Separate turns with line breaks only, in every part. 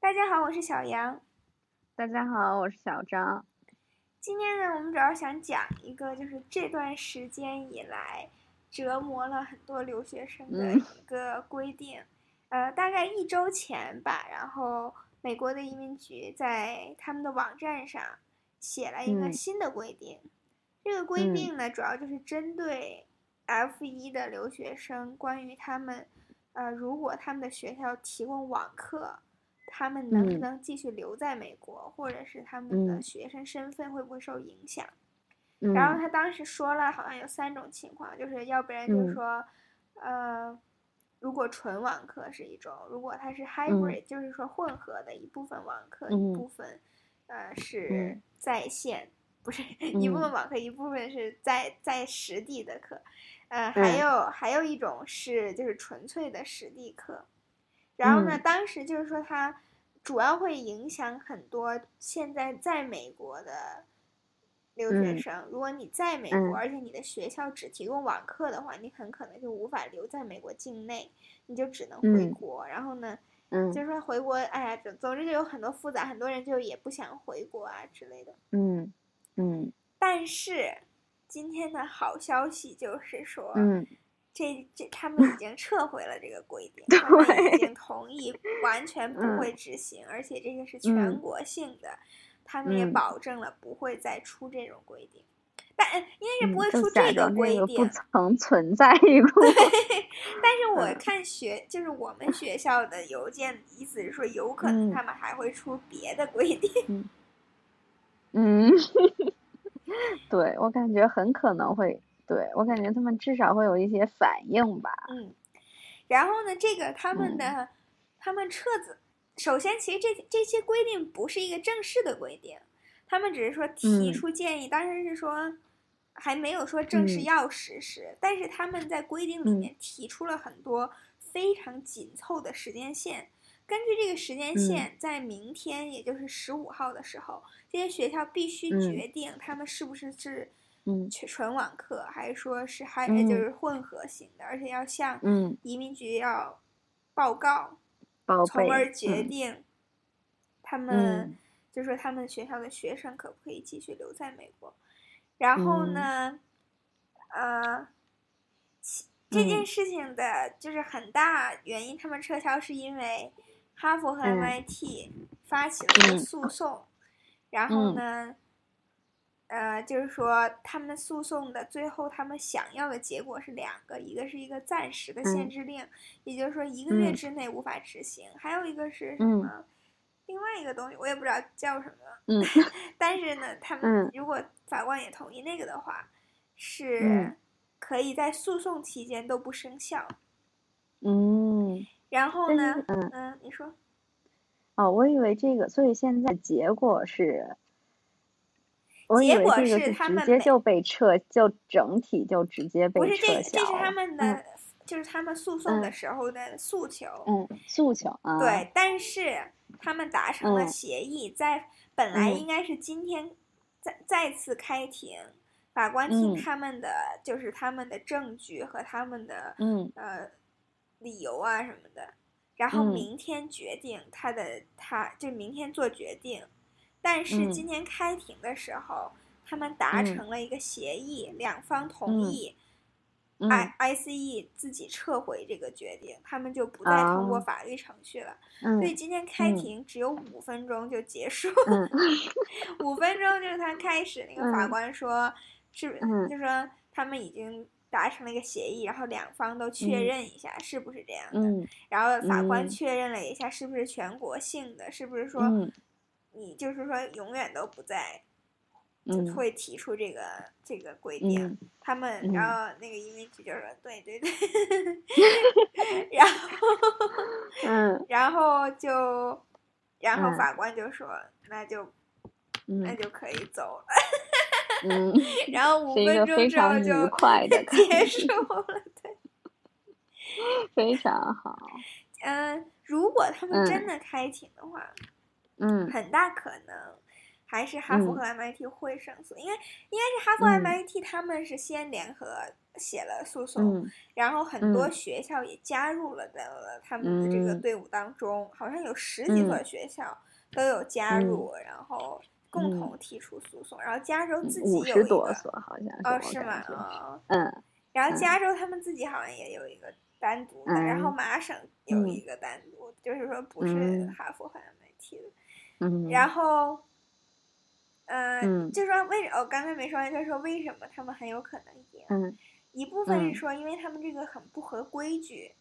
大家好，我是小杨。
大家好，我是小张。
今天呢，我们主要想讲一个，就是这段时间以来折磨了很多留学生的
嗯
一个规定。呃，大概一周前吧，然后美国的移民局在他们的网站上写了一个
嗯
新的规定。这个规
嗯
定呢，主要就是针对 F 一的留学生，关于他们，呃，如果他们的学校提供网课，他们能不
嗯
能继续留在美国，或者是他们的
嗯
学生身份会不会受影响？
嗯
然后他当时说了，好像有三种情况，就是要不然就是
嗯
说，呃，如果纯网课是一种，如果它是 hybrid，、就是说混合的一部分网课，
嗯
一部分呃是
嗯
在线，不是一部
嗯
分网课，一部分是在在实地的课，呃，还
嗯
有、还有一种是就是纯粹的实地课，然后呢，
嗯
当时就是说它主要会影响很多现在在美国的留学
嗯
生。如果你在美
嗯
国，而且你的学校只提供网课的话，你很可能就无法留在美国境内，你就只能回
嗯
国。然后呢，
嗯
就是说回国，哎呀，总总之就有很多复杂，很多人就也不想回国啊之类的。
嗯嗯
但是今天的好消息就是说，
嗯
这这他们已经撤回了这个规 定，他们已
对
经同意完全不
嗯
会执行，而且这个是全
嗯
国性的，他们也
嗯
保证了不会再出这种规定。但应该是不
嗯
会
就
出
假
这个
装这
规
个
定
不，曾存在过。
但是我
嗯
看学就是我们学校的邮件意思是说，有可能
嗯
他们还会出别的规定。
嗯， 对，我感觉很可能会，对，我感觉他们至少会有一些反应吧。
嗯，然后呢，这个他们的、
嗯
他们撤子，首先其实这这些规定不是一个正式的规定，他们只是说提
嗯
出建议，当时是说还没有说正式
嗯
要实施，但是他们在规定里
嗯
面提出了很多非常紧凑的时间线。根据这个时
嗯
间线，在明天，也就是十五号的时候，这些学校必须
嗯
决定他们是不是是
嗯
去纯网课，还是说是还呃
嗯
就是混合型的，而且要向
嗯，
移民局要报告，
宝
从
贝，
而决
嗯
定他们、
嗯
就说他们学校的学生可不可以继续留在美国。然后呢，呃，其这件
嗯
事情的就是很大原因，他们撤销是因为哈佛和
嗯
MIT 发起了一个
嗯
诉讼，然后
嗯
呢。呃，就是说他们诉讼的最后，他们想要的结果是两个，一个是一个暂时的限
嗯
制令，也就是说一个月
嗯
之内无法执行，还有一个是什
嗯
么？另外一个东西我也不知道叫什么，
嗯
但是呢，他们
嗯
如果法官也同意那个的话，是
嗯
可以在诉讼期间都不生效。
嗯，
然后
但
呢
是，嗯
嗯，你说，
哦，我以为这个，所以现在结果是，我以
结
为
果
这个
是
是
他
直
们
接
每
就被撤，就整体就直接
不
被
是
撤
这，这是
销
他
了
们
嗯
的，就是他们诉讼的
嗯
时候的诉求。
嗯，诉求啊，
对，但是他们达成了
嗯
协议，在本来
嗯
应该是今天再再次开庭，法官听
嗯
他们的、就是他们的证据和他们的
嗯
呃理由啊什么的，然后
嗯
明天决定他的他就明天做决定，但是
嗯
今天开庭的时候，他们达
嗯
成了一个协议，两方同
嗯
意。
嗯
I I C E 自己撤回这个决定，他们就不再通过
哦
法律程序了。
嗯
所以今天开
嗯
庭只有五分钟就结束，
嗯
五分钟就是他开始那个法
嗯
官说，是不
嗯
就说他们已经达成了一个协议，然后两方都确
嗯
认一下是不是这样的，
嗯
然后法官
嗯
确认了一下是不是全国性的，是不是说
嗯
你就是说永远都不再
嗯
会提出这个这个规定。
嗯
他们，
嗯
然后那个移民局就说对对 对，然后
嗯
然后就，然后
嗯
法官就说那就 那
嗯
就可以走了，
嗯，
然哎后五
是一
分
个
钟
非
之后
常愉
就
快的
结
开
束
始
了。
非常好，
嗯，如果他们
嗯
真的开庭的话，
嗯
很大可能还是哈佛
嗯
和 MIT 会胜诉，因为应该是哈佛、
嗯
MIT 他们是先联合写了诉讼，
嗯
然后很多
嗯
学校也加入了的他们的这个
嗯
队伍当中，好像有十几所
嗯
学校都有加
嗯
入，然后共
嗯
同提出诉讼，然后加州自己
五
有一
十多
个，
所好
哦，
像
是
是我
吗
感？觉，
哦，
嗯
然后
嗯
加州他们自己好像也有一个单独的，然后
嗯
麻省有
嗯
一个单独，就是说不是
嗯
哈佛好像没提的。
嗯，
然后，呃，
嗯
就说为我、刚才没说完，就是说为什么他们很有可能赢，
嗯
一部分
嗯
是说因为他们这个很不合规 矩，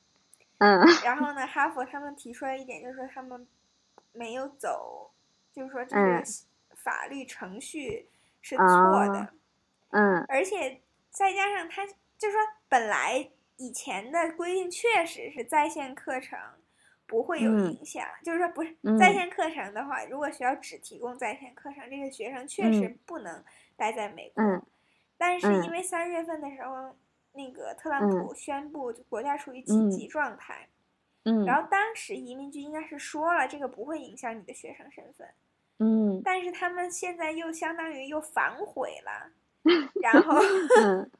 嗯
然后呢，哈佛他们提出来一点就是说他们没有走，就是说这个
嗯
法律程序是错的，
啊嗯
而且再加上他，就说本来以前的规定确实是在线课程不会有
嗯
影响，就是说不是、
嗯
在线课程的话，如果学校只提供在线课程，这个学生确实不能待在美国。
嗯
但是因
嗯
为三月份的时候，那个特朗
嗯
普宣布就国家处于紧
嗯
急状态，
嗯，
然后当时移民局应该是说了这个不会影响你的学生身份。
嗯
但是他们现在又相当于又反悔 了，然后
嗯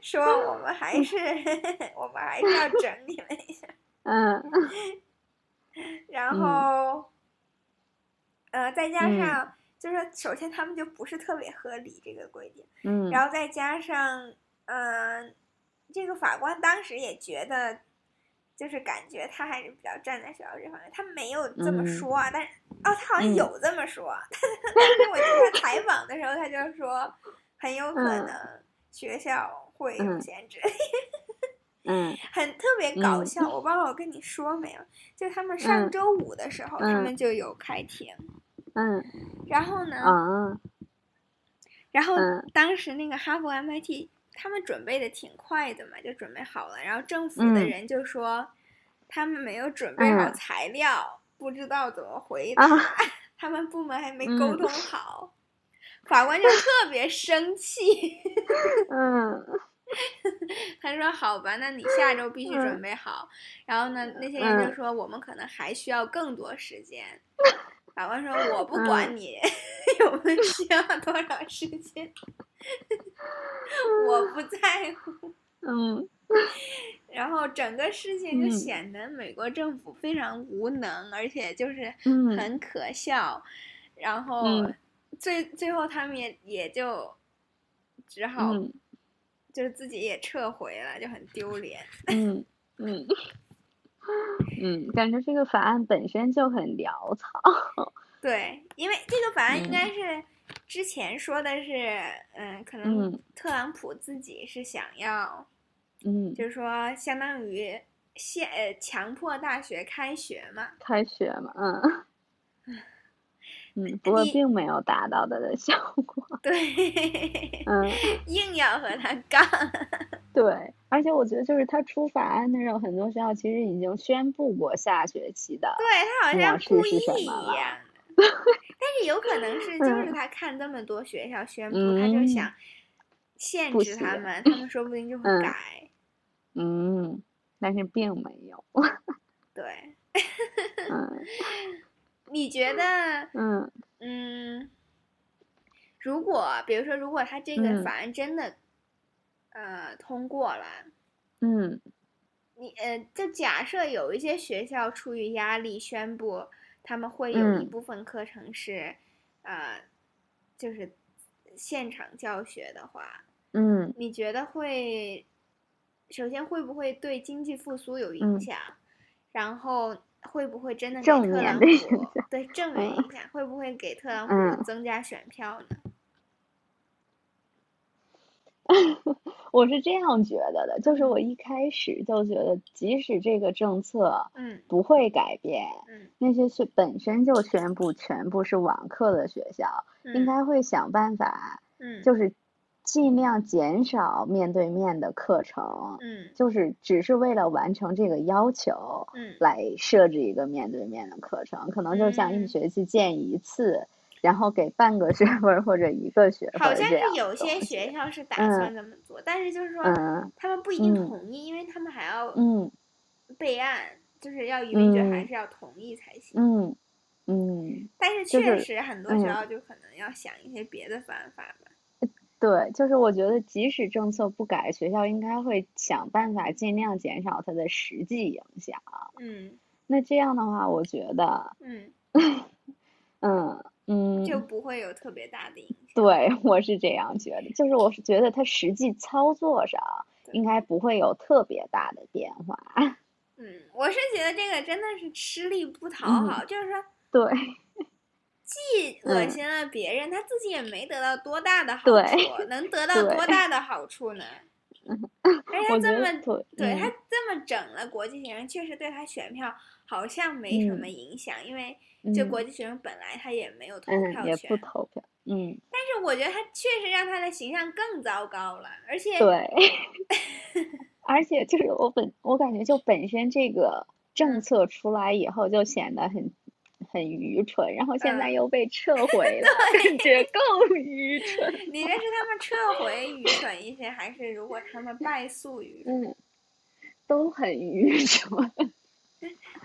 说我们还是 我们还是 要整你们一下，
嗯
然
嗯
后，呃，再加
嗯
上就是首先他们就不是特别合理这个规定，
嗯，
然后再加上，嗯、这个法官当时也觉得，就是感觉他还是比较站在学校这方面，他没有这么
嗯
说啊，但是哦，他好像
嗯
有这么说，啊 但是我记得他采访的时候，他就说很有可
嗯
能学校会有
嗯
限制，
嗯
很特别搞
嗯
笑。我忘了我跟你说没有，就他们上
嗯
周五的时候，他
嗯
们就有开庭，
嗯
然后呢，
啊
然后
嗯
当时那个哈佛 MIT 他们准备的挺快的嘛，就准备好了。然后政府的
嗯
人就说，他们没有准备好
嗯
材料，不知道怎么回答，
啊
他们部门还没
嗯
沟通好。法官就特别生气，
嗯
他说：“好吧，那你下周必须准备好。然后呢，那些人就
嗯
说：“我们可能还需要更多时间。 法官说：“我不管
嗯
你、 有没有需要多少时间， 我不在乎。”
嗯
然后整个事情就
嗯
显得美国政府非常无能，而且就是
嗯
很可笑。然后
嗯
最最后他们也也就只好
嗯
就是自己也撤回了，就很丢脸。
嗯嗯嗯，感觉这个法案本身就很潦草。
对，因为这个法案应
嗯
该是之前说的是，嗯，可能
嗯
特朗普自己是想要，
嗯，
就是说相当于限呃强迫大学开学嘛。
开学嘛，嗯。嗯，不过
你
并没有达到它的效果。
对，
嗯，
硬要和他 杠。
对，而且我觉得就是他出法案的时候，很多学校其实已经宣布过下学期的。
对他好
模
像
式
故
是
意
什么
一
了
样的， 但是有可能是就是他看这么多学校宣布，他就
嗯
想限
不
制他
行
们，他们说不定就会
嗯
改。
嗯，但是并没有。
对，
嗯
你觉得，
嗯
嗯，如果比如说，如果他这个
嗯
法案真的，呃，通过了，
嗯
你呃，就假设有一些学校出于压力宣布，他们会有一
嗯
部分课程是，呃，就是现场教学的话，
嗯
你觉得会，首先会不会对经济复苏有影
嗯
响？然后会不会真的给
正
特
面
朗
的影
普
响
对正面
嗯
影响？会不会给特朗普
嗯
增加选票呢？
我是这样觉得的，就是我一开始就觉得，即使这个政策
嗯
不会改变，
嗯
那些学本身就宣布全部是网课的学校，应
嗯
该会想办法，
嗯
就是尽量减少面对面的课程，
嗯
就是只是为了完成这个要求
嗯
来设置一个面对面的课程，可能就像一
嗯
学期见一次，然后给半个学分儿或者一个学分
好
儿
像
这
是
样
有
的
些
东
学
西
校是打
嗯
算这么做，但是就是说
嗯
他们不一定
嗯
同意，因为他们还要
嗯
备案，就是要移民局还
嗯
是要同意才行。
嗯嗯，
但是
就
确
是
实很多学
嗯
校就可能要想一些别的办法吧。
对，对，就是我觉得即使政策不改，学校应该会想办法尽量减少它的实际影响。
嗯
那这样的话，我觉得，
嗯，
嗯
就
嗯，
不会有特别大的影响。
对，我是这样觉得，就是我是觉得它实际操作上
对
应该不会有特别大的变化。
嗯，我是觉得这个真的是吃力不讨
嗯
好，就是说
对
既恶
嗯
心了别人，他自己也没得到多大的好
对
处，能得到
对
多大的好处 呢？而且他
我觉
这
得
么
对，
对他
嗯
这么整了国际学生，确实对他选票好像没什么
嗯
影响，因为就
嗯
国际学生本来他也没有投
嗯，
票
也
权，
不投票，嗯，
但是我觉得他确实让他的形象更糟糕了，而且
对，而且就是我本我感觉就本身这个政
嗯
策出来以后就显得很很愚蠢，然后现在
嗯
又被撤回了，感觉更愚蠢。
你这是他们撤回愚蠢一些，还是如果他们败诉愚蠢？
嗯，都很愚蠢。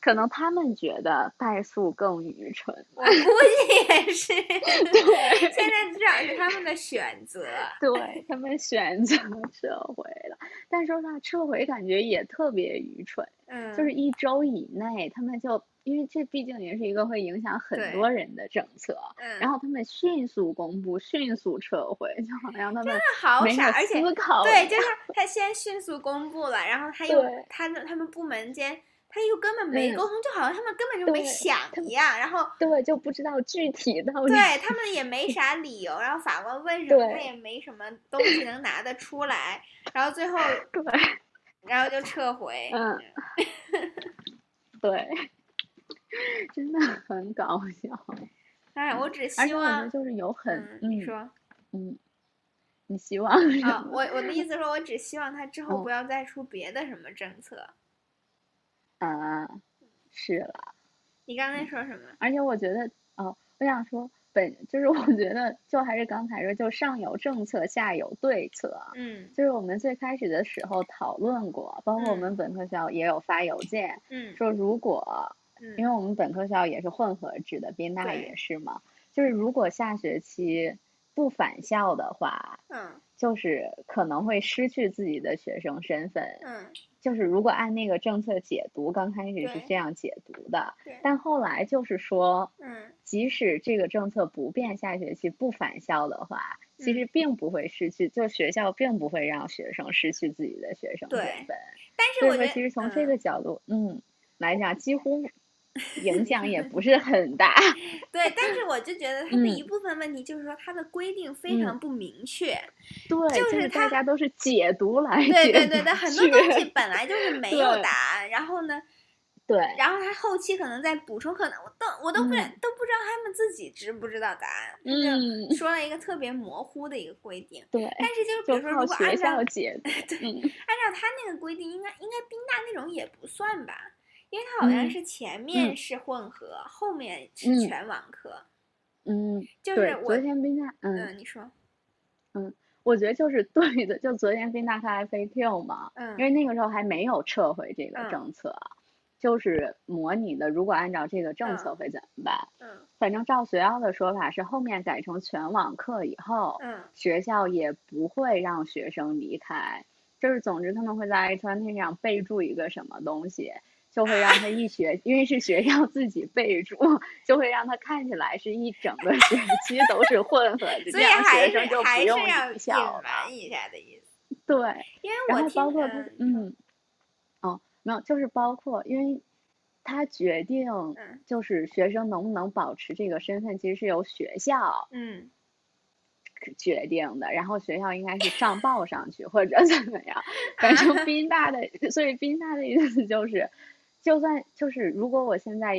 可能他们觉得败诉更愚蠢，
我估计也是， 现在至少是他们的选择。
对他们选择撤回了。但是呢，撤回感觉也特别愚蠢，
嗯，
就是一周以内，他们就因为这毕竟也是一个会影响
对
很多人的政策，
嗯，
然后他们迅速公布，迅速撤回，就好像他们
好
没有
傻，而且
思考
对，
一
就是他先迅速公布了，然后他又
对
他的他们部门间他又根本没
嗯
沟通，就好像他们根本就没
对
想
他们
一样，然后。
对，就不知道具体到底
对他们也 没啥理由，然后法官问什么，他
对
也没什么东西能拿得出来，然后 最后，
对，
然后就撤回。
嗯对，真的很搞笑。
哎，我只
而
希
且我觉
望
得，就是有很
嗯，你说，
嗯，你希望 什
啊、
么
我我的意思说，我只希望他之后
嗯
不要再出别的什么政策。
啊？是了，
你刚
嗯
才说什么？
而且我觉得哦，我想说本就是我觉得就还是刚才说，就上有政策，下有对策啊。
嗯
就是我们最开始的时候讨论过，包括我
嗯
们本科学校也有发邮件
嗯
说，如果
嗯
因为我们本科学校也是混合制的，宾大
对
也是嘛，就是如果下学期不返校的话，
嗯
就是可能会失去自己的学生身份。
嗯，
就是如果按那个政策解读，刚开始是
对
这样解读的，
对，
但后来就是说，
嗯
即使这个政策不变，下学期不返校的话，其
嗯
实并不会失去，就学校并不会让学生失去自己的学生
对
身份。
但是
所
我
以
觉
说，
得，
其实从这
嗯
个角度，嗯，来讲，几乎影响 也不是很大。
对，但是我就觉得他的
嗯
一部分问题就是说，他的规定非常不明确。
对，
就
就是大
它
家都是解读来解读
对
去。
对对对，很多东西本来就是没有
对
答案，然后呢，
对
然后他后期可能再补充，可能我都我都不、
嗯
都不知道他们自己知不知道答案，他就
嗯，
说了一个特别模糊的一个规定。
对，
但是就是比
就
如说，
靠
如果按
学
照
校解读。嗯
按照他那个规定，应该应该宾大那种也不算吧，因为他好像
嗯
是前面
嗯
是混合，后面是
嗯
全网课，
嗯，
就
对
是，我
昨天宾大，嗯，
嗯，你说，
我觉得就是对的，就昨天宾大开 FAQ 嘛，
嗯
因为那个时候还没有撤回这个
嗯
政策，啊就是模拟的，如果按照这个政
嗯
策会怎么办？
嗯
反正照学校的说法是，后面改成全网课以后，
嗯
学校也不会让学生离开，就是总之他们会在 A20 上备注一个什么东西，就会让他一学，因为是学校自己备注，就会让他看起来是一整个学期都是混合的，
所
这
以
样
还
学
是
生就
还
不
是
用
要
离校
隐
了。
瞒一下的意思，
对，
因为
然
我
后
听
包括他，
嗯
嗯，哦，没有，就是包括因为他决定
嗯
就是学生能不能保持这个身份，其实是由学校。
嗯
决定的，然后学校应该是上报上去或者怎么样，反正宾大的，所以宾大的意思就是，就算就是如果我现在，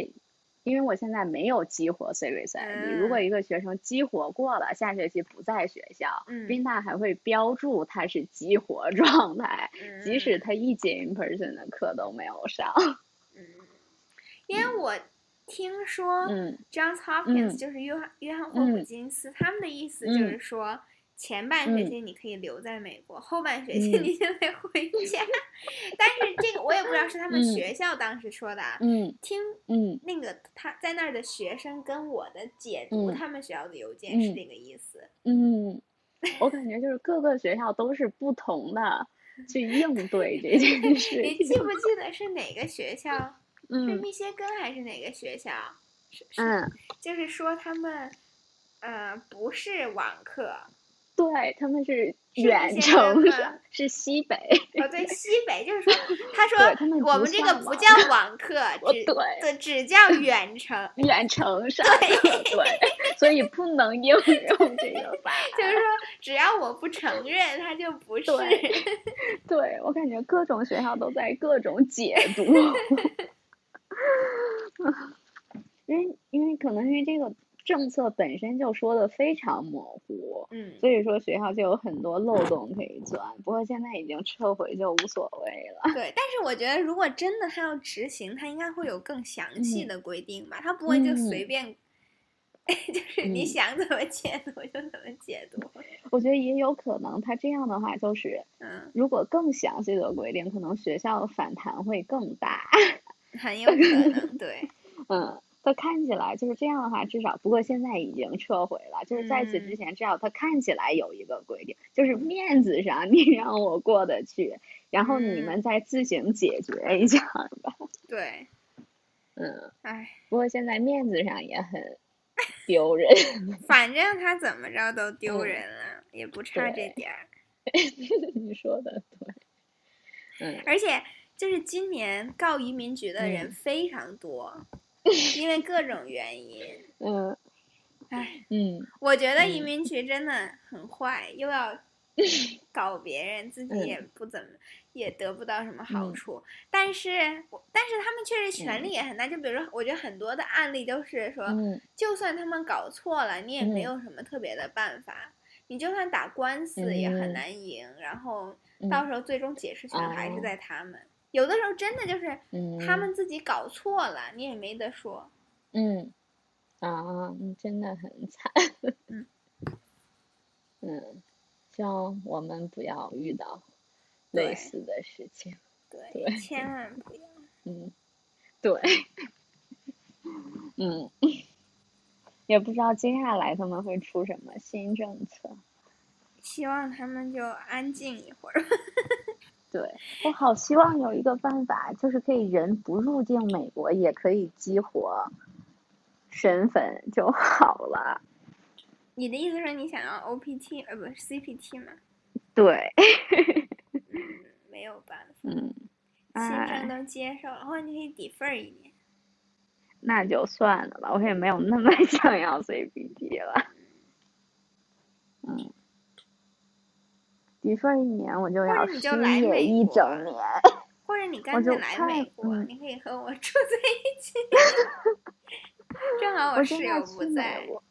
因为我现在没有激活 Series ID，如果
嗯
一个学生激活过了，下学期不在学校，宾
嗯，
大还会标注他是激活状态，即使
嗯
他一节 in person 的课都没有上，
嗯，因为我听说
嗯
Johns Hopkins
嗯
就是约翰约翰霍普
嗯
金斯，他们的意思就是说，前半学期你可以留在美国，后
嗯
半学期你就得回家。 但是这个我也不知道是他们
嗯
学校当时说的啊，
嗯
听
嗯
那个他在那儿的学生跟我的解读
嗯
他们学校的邮件是
嗯
这个意思。
嗯，我感觉就是各个学校都是不同的去应对这件事
你记
情。
不记得是哪个学校？是
嗯
密歇根还是哪个学校？是是，
嗯，
就是说他们，呃，不是网 课，
对，他们是
是
远
那些人
程
吗
上，是西北。
哦，对，西北 就是说，他
对他们
说我
不
们这个
上
不
网
叫网 课，
哦，
只
对，
对只 叫远程，
远程上课，对，所以不能应用这个法。
就是说只要我不承认，他就不是。
对对我感觉各种学校都在各种解读， 因为因为可能因为这个政策本身就说的非常模糊，
嗯，
所以说学校就有很多漏洞可以钻。不过现在已经撤回就无所谓了。
对。但是我觉得，如果真的他要执行，他应该会有更详细
嗯
的规定吧？他不会就随
嗯
便， 就是你
嗯
想怎么解读就怎么解读。
我觉得也有可能，他这样的话就是，
嗯，
如果更详细的规定，可能学校反弹会更大。
很有可能，对，
嗯，它看起来就是这样的话，至少不过现在已经撤回了。就是在此之
嗯
前，至少它看起来有一个规定，就是面子上你 让我过得去，然后你
嗯
们再自行解决一下 儿吧。
对，
嗯，
哎，
不过现在面子上也很丢人。
反正他怎么着都丢
嗯
人了，也不差这
对
点儿。
你说的 对，嗯，
而且就是今年告移民局的人
嗯
非常多，因为各种原因。
嗯
唉，
嗯，
我觉得移
嗯
民局真的很坏，又 要搞别人，自己
嗯
也不怎么，也得不到什么好
嗯
处。但是我，但是他们确实权
嗯
力也很大。就比如说，我觉得很多的案例都是说，
嗯
就算他们搞错了，你也没
嗯
有什么特别的办法。你就算打官司也很
嗯
难赢，然后
嗯
到时候最终解释权还是
哦
在他们。有的时候真的就是
嗯，
他们自己搞错了，你也没得说。
嗯，啊，你真的很惨。
嗯
嗯，希望我们不要遇到
对
类似的事情。
对，
对
千万不要。
嗯，对，嗯，也不知道接下来他们会出什么新政策。
希望他们就安静一会儿。
对，我好希望有一个办法，就是可以人不入境美国也可以激活身份就好了。
你的意思是你想要 OPT 呃不是 CPT 吗？
对，
嗯，没有办法，
嗯，
新
哎
生都接受了，或者你可以 defer 一年。
那就算了吧，我也没有那么 想要 CPT 了。嗯，抵份一年我就
或
要
者你
失
就来美
业一
国
整年。
或者你
我
干
就
脆来
看
美国，
嗯
你可以和我住在一起。 正好
我
室
现
友
在
不
去
在
美，国，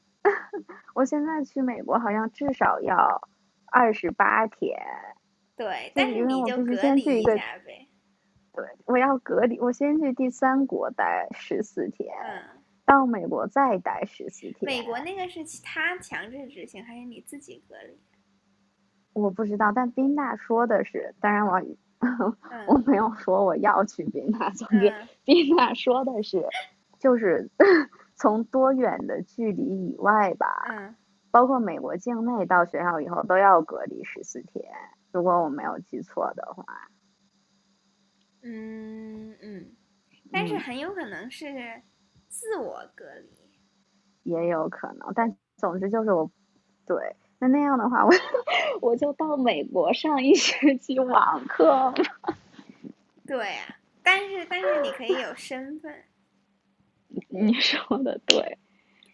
我现在去美国好像至少要二十八天。
对，但是
因为
你
我
就
必须
隔
先
离
去
一
一个
下呗。
对，我要隔离，我先去第三国待十四天，
嗯，
到美国再待十四天。
美国
啊
那个是其他强制执行还是你自己隔离？
我不知道，但宾大说的是，当然我 我
嗯
没有说我要去宾大，总之
嗯
毕娜说的是，就是 从多远的距离以外吧，
嗯，
包括美国境内到学校以后都要隔离十四天，如果我没有记错的话。
嗯嗯，但是
嗯
很有可能是自我隔离。
也有可能，但总之就是我，对，那那样的话，我 我就到美国上一学期网课。
对呀、但是但是你可以有身份，
你说的对，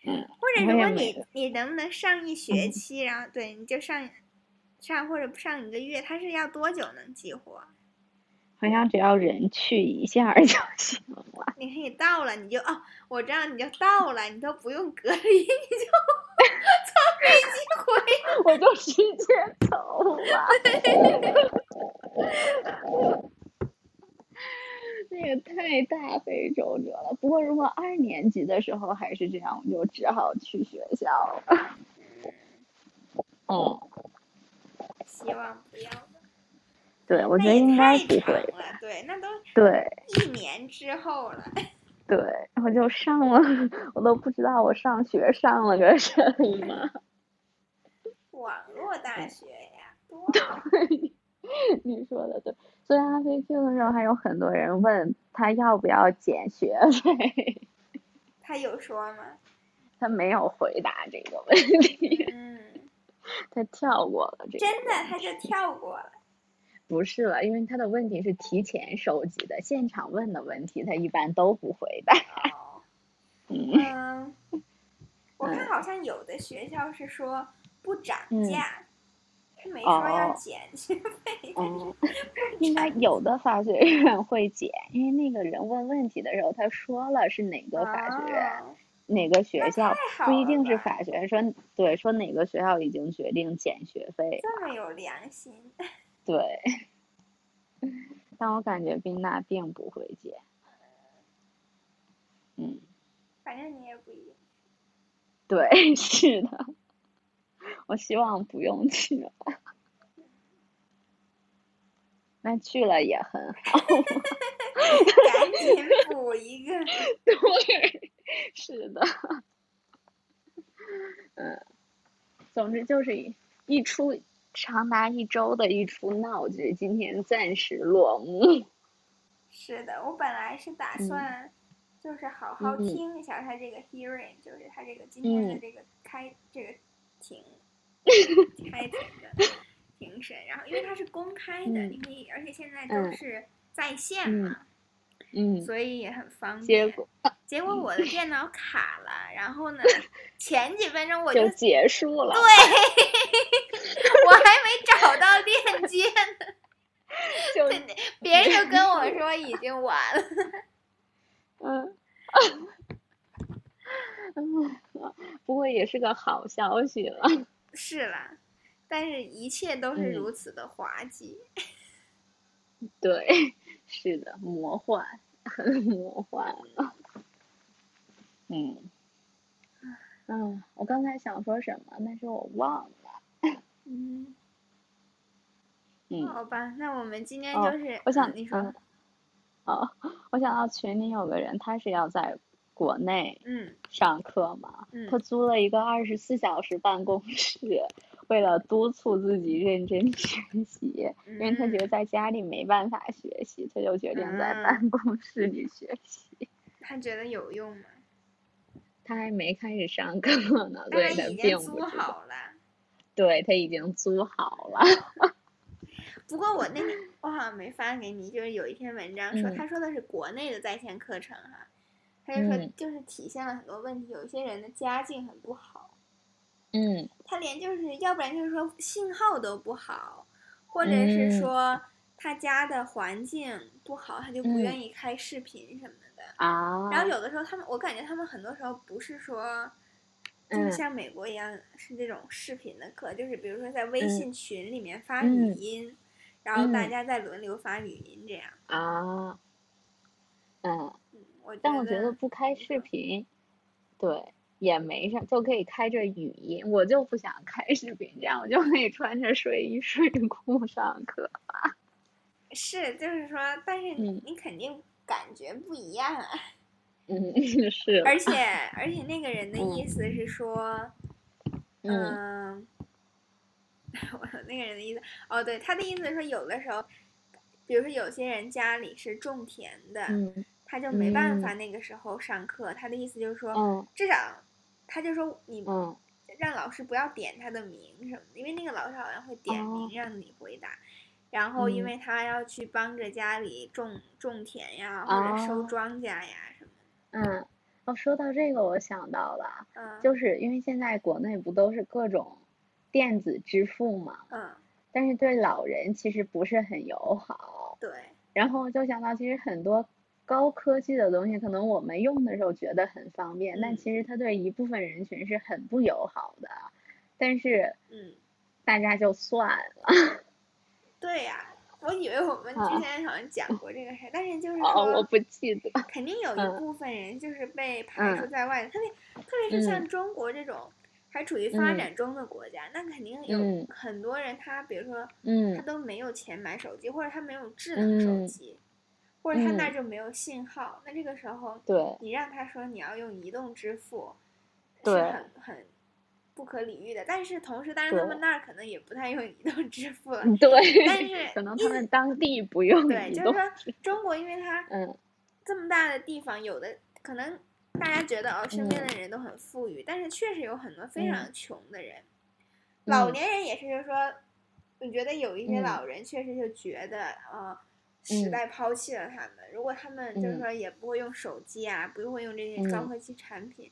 或者
我
如
也
果
没嗯
你你能不能上一学期，然后对你就上上或者上一个月，它是要多久能激活？
好像只要人去一下儿就行了。
你可以到了，你就哦，我知道你就到了，你都不用隔离，你就 从飞机回。
我就直接走了。 那也太大费周折了。不过如果二年级的时候
哦
还是这样，我就只好去学校了。嗯，
希望不要。
对， 我觉
那
得
也
应该
太
不
长
会。
了，对，那都
对
一年之后了。
对，我就上了，我都不知道我上学上了个什么。
网络大学呀，多好
你说的对，所以阿飞 Q 的时候还有很多人问他要不要减学费，
他有说吗？
他没有回答这个问题，
嗯，
他跳过了这个。
真的，他就跳过了。
不是了，因为他的问题是提前收集的，现场问的问题他一般都不回 答。
哦，
嗯，
嗯，我看好像有的学校是说不涨
嗯
价，他没说要
哦
减学费，但是
哦，应该有的法学院会减，因为那个人问问题的时候他说了是哪个法学院、
哦
哪个学
那
校，
太好
不一
了
定是
吧
法学院说对说哪个学校已经决定减学费了。
这么有良心。
对， 但我感觉宾娜并不会减。嗯，
反正你也不一定。
对， 是的，我希望不用去了。那去了也很好，
赶紧补一个。
对，是的，嗯，总之就是一一出长达一周的一出闹剧，今天暂时落幕。
是的，我本来是打
嗯
算就是好好
嗯
听一下他这个 hearing，、就是他这个今天的
嗯
这个开、这个 庭开庭的庭审，然后因为它是公开的，
嗯
你可以，而且现在都
嗯
是在线
嗯
嘛，
嗯，
所以也很方
结
便。
果
结果我的电脑卡了，然后 呢，前几分钟我就
就结束了。
我还没找到链接呢，
就
别人就跟我说已经完了。
嗯， 不过也是个好消息了。
是啦，但是一切都是
嗯
如此的滑稽。
对， 是的，魔幻，很魔幻了。嗯，嗯，我刚才想说什么，但是我忘了。
嗯，
嗯，
好吧，那我们今天
哦
就是，
我想
嗯你说，
嗯哦， 我想到群里有个人，他是要在国内
嗯
上课嘛，
嗯
他租了一个二十四小时办公室，为了督促自己认真学习，因为他觉得在家里没办法学习，他就决定在
嗯
办公室里学习。
他觉得有用吗？
他还没开始上课呢，所
但
以
他
他
已经
并不
租
知道。
好了。
对他已经租好了，
不过我那天我好像没发给你，就是有一篇文章说，
嗯
他说的是国内的在线课程哈、他就说
嗯
就是体现了很多问题，有一些人的家境很不好，
嗯
他连就是要不然就是说信号都不好，或者是
嗯
说他家的环境不好，他就不
嗯
愿意开视频什么的。
啊，
然后有的时候他们，我感觉他们很多时候不是说，就是
嗯
像美国一样是这种视频的课，就是比如说在微
嗯
信群里面发
嗯
语音，然后大
嗯
家再轮流发语音这样。
啊，嗯，
嗯，我
但我觉得不开视频，对，也没啥，就可以开着语音。我就不想开视频，这样我就可以穿着睡衣睡裤上课。
是，就是说，但是你
嗯
你肯定感觉不一样啊。
嗯， 是，
而且而且那个人的
嗯
意思是说，
嗯
嗯， 我那个人的意思，哦，对，他的意思是说，有的时候，比如说有些人家里是种田的，
嗯
他就没办
嗯
法那个时候上课。他的意思就是说，
嗯
至少他就说你
嗯
让老师不要点他的名什么的，因为那个老师好像会点名
哦
让你回答。然后，因
嗯
为他要去帮着家里种种田呀，或者收
哦
庄稼呀什么
嗯。哦，说到这个，我想到了，
的，嗯，
就是因为现在国内不都是各种电子支付嘛，
嗯，
但是对老人其实不是很友好。
对，
然后我就想到，其实很多高科技的东西，可能我们用的时候觉得很方便，
嗯
但其实它对一部分人群是很不友好的。但是
嗯，
大家就算了，
对呀、我以为我们
啊
之前好像讲过这个事儿，但是就是
哦，我
说，
不记 得。
肯定有一
嗯
部分人就是被排除在外的，特别特别
嗯
是像中国这种还处于发
嗯
展中的国家，那肯定有
嗯
很多人他比如说他
嗯
都没有钱买手机，或者他没有智能手
嗯
机，或者他那
嗯
就没有信号，那这个时候
对
你让他说你要用移动支付，是
对
很很不可理喻的。但是同时，当然他们
对
那儿可能也不太用移动支付了，
对，
但是
可能
意思
他们当地不用
对，
移
就是
动，
说中国，因为它
嗯
这么大的地方，有的可能大家觉得哦，身边
嗯
的人都很富裕，但是确实有很多非常穷的人。老
嗯
年人也是，就是说，我觉得有一些
嗯
老人确实就觉得呃，时
嗯
代抛弃了他们。如果他们就是
嗯
说也不会用手机啊，不会用这些高
嗯
科技产品，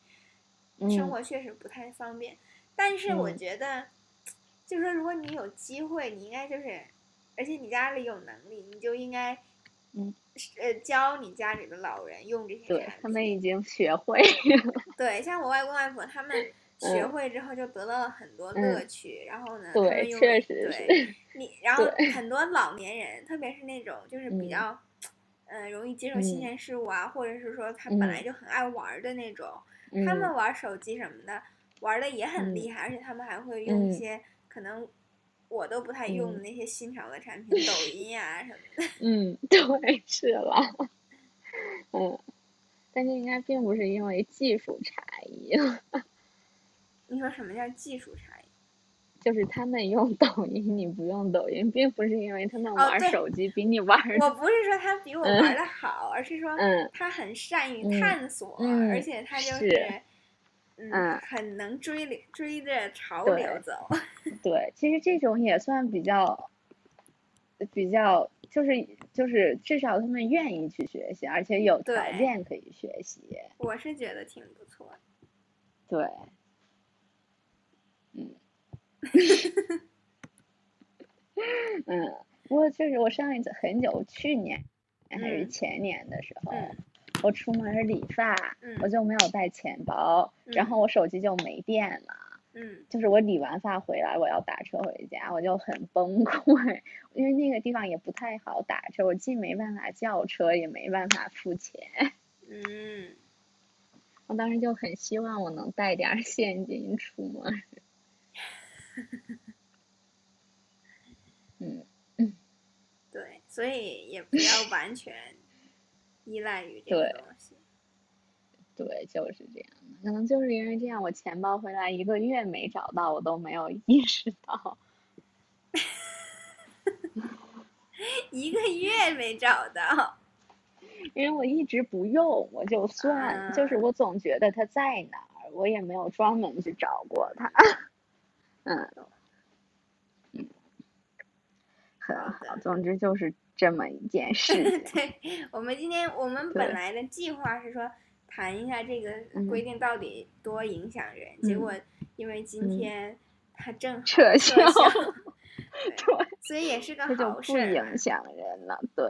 生
嗯
活确实不太方便。但是我
嗯
觉得，就是说，如果你有机会，你应该就是，而且你家里有能力，你就应该，
嗯，
呃，教你家里的老人用这些
对
产
他们
品
已经学会，
对，像我外公外婆他们学
嗯
会之后，就得到了很多
嗯
乐趣。然后呢，他
对
们用
确实
对你，然后
对
很多老年人，特别是那种就是比
嗯
较，嗯，容易接受新
嗯
鲜事物啊，或者是说他本来
嗯
就很爱玩儿的那种，
嗯
他们玩手机什么的，玩的也很
嗯
厉害，而且他们还会用一
嗯
些、可能我都不太用的那些新潮的产品，抖音啊什么的。
嗯， 对，是啦，嗯，但是应该并不是因为技术差异，
你说什么叫技术差异？
就是他们用抖音，你不用抖音，并不是因为他们
哦
玩
对
手机比你玩儿，
我不是说他比我
嗯
玩的好，而是说
嗯
他很善于
嗯
探索，
嗯
而且他就是嗯
嗯
很能追流追着潮
对
流走。
对，其实这种也算比较，比较就是就是至少他们愿意去学习，而且有条
对
件可以学习，
我是觉得挺不错的。
对， 嗯，嗯，不过确实，我上一次很久，去年还是
嗯
前年的时候，
嗯
我出门儿理发，
嗯
哦我就没有带钱包，然
嗯
后我手机就没电了。
嗯
就是我理完发回来，我要打车回家，我就很崩溃，因为那个地方也不太好打车，我既没办法叫车，也没办法付钱。
嗯，
我当时就很希望我能带点儿现金出门。嗯，
对，所以也不要完全依赖于这个
对
东西。
对，就是这样的。可能就是因为这样，我钱包回来一个月没找到，我都没有意识到。
一个月没找到。
因为我一直不用，我就算，就是
啊
我总觉得它在哪儿，我也没有专门去找过它。嗯，很
好的
好，总之就是这么一件事 情。
对，我们今天我们本
对
来的计划是说谈一下这个规
嗯
定到底多影响人，结
嗯
果因为今
嗯
天它正好
撤
销，
销
对，
对，
所以也是个
这就
好事
不
儿啊
影
嘛。
响人了。对，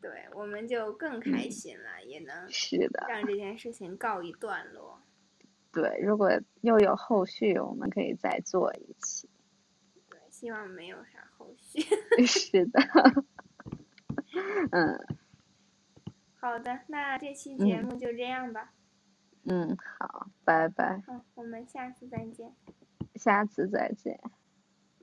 对，我们就更开
嗯
心了，也能
是的。
让这件事情告一段落。
对，如果又有后续，我们可以再做一期。
对，希望没有啥后续。
是的， 嗯
好的，那这期节
嗯
目就这样吧。
嗯，好，拜拜，
好，我们下次再见。
下次再见。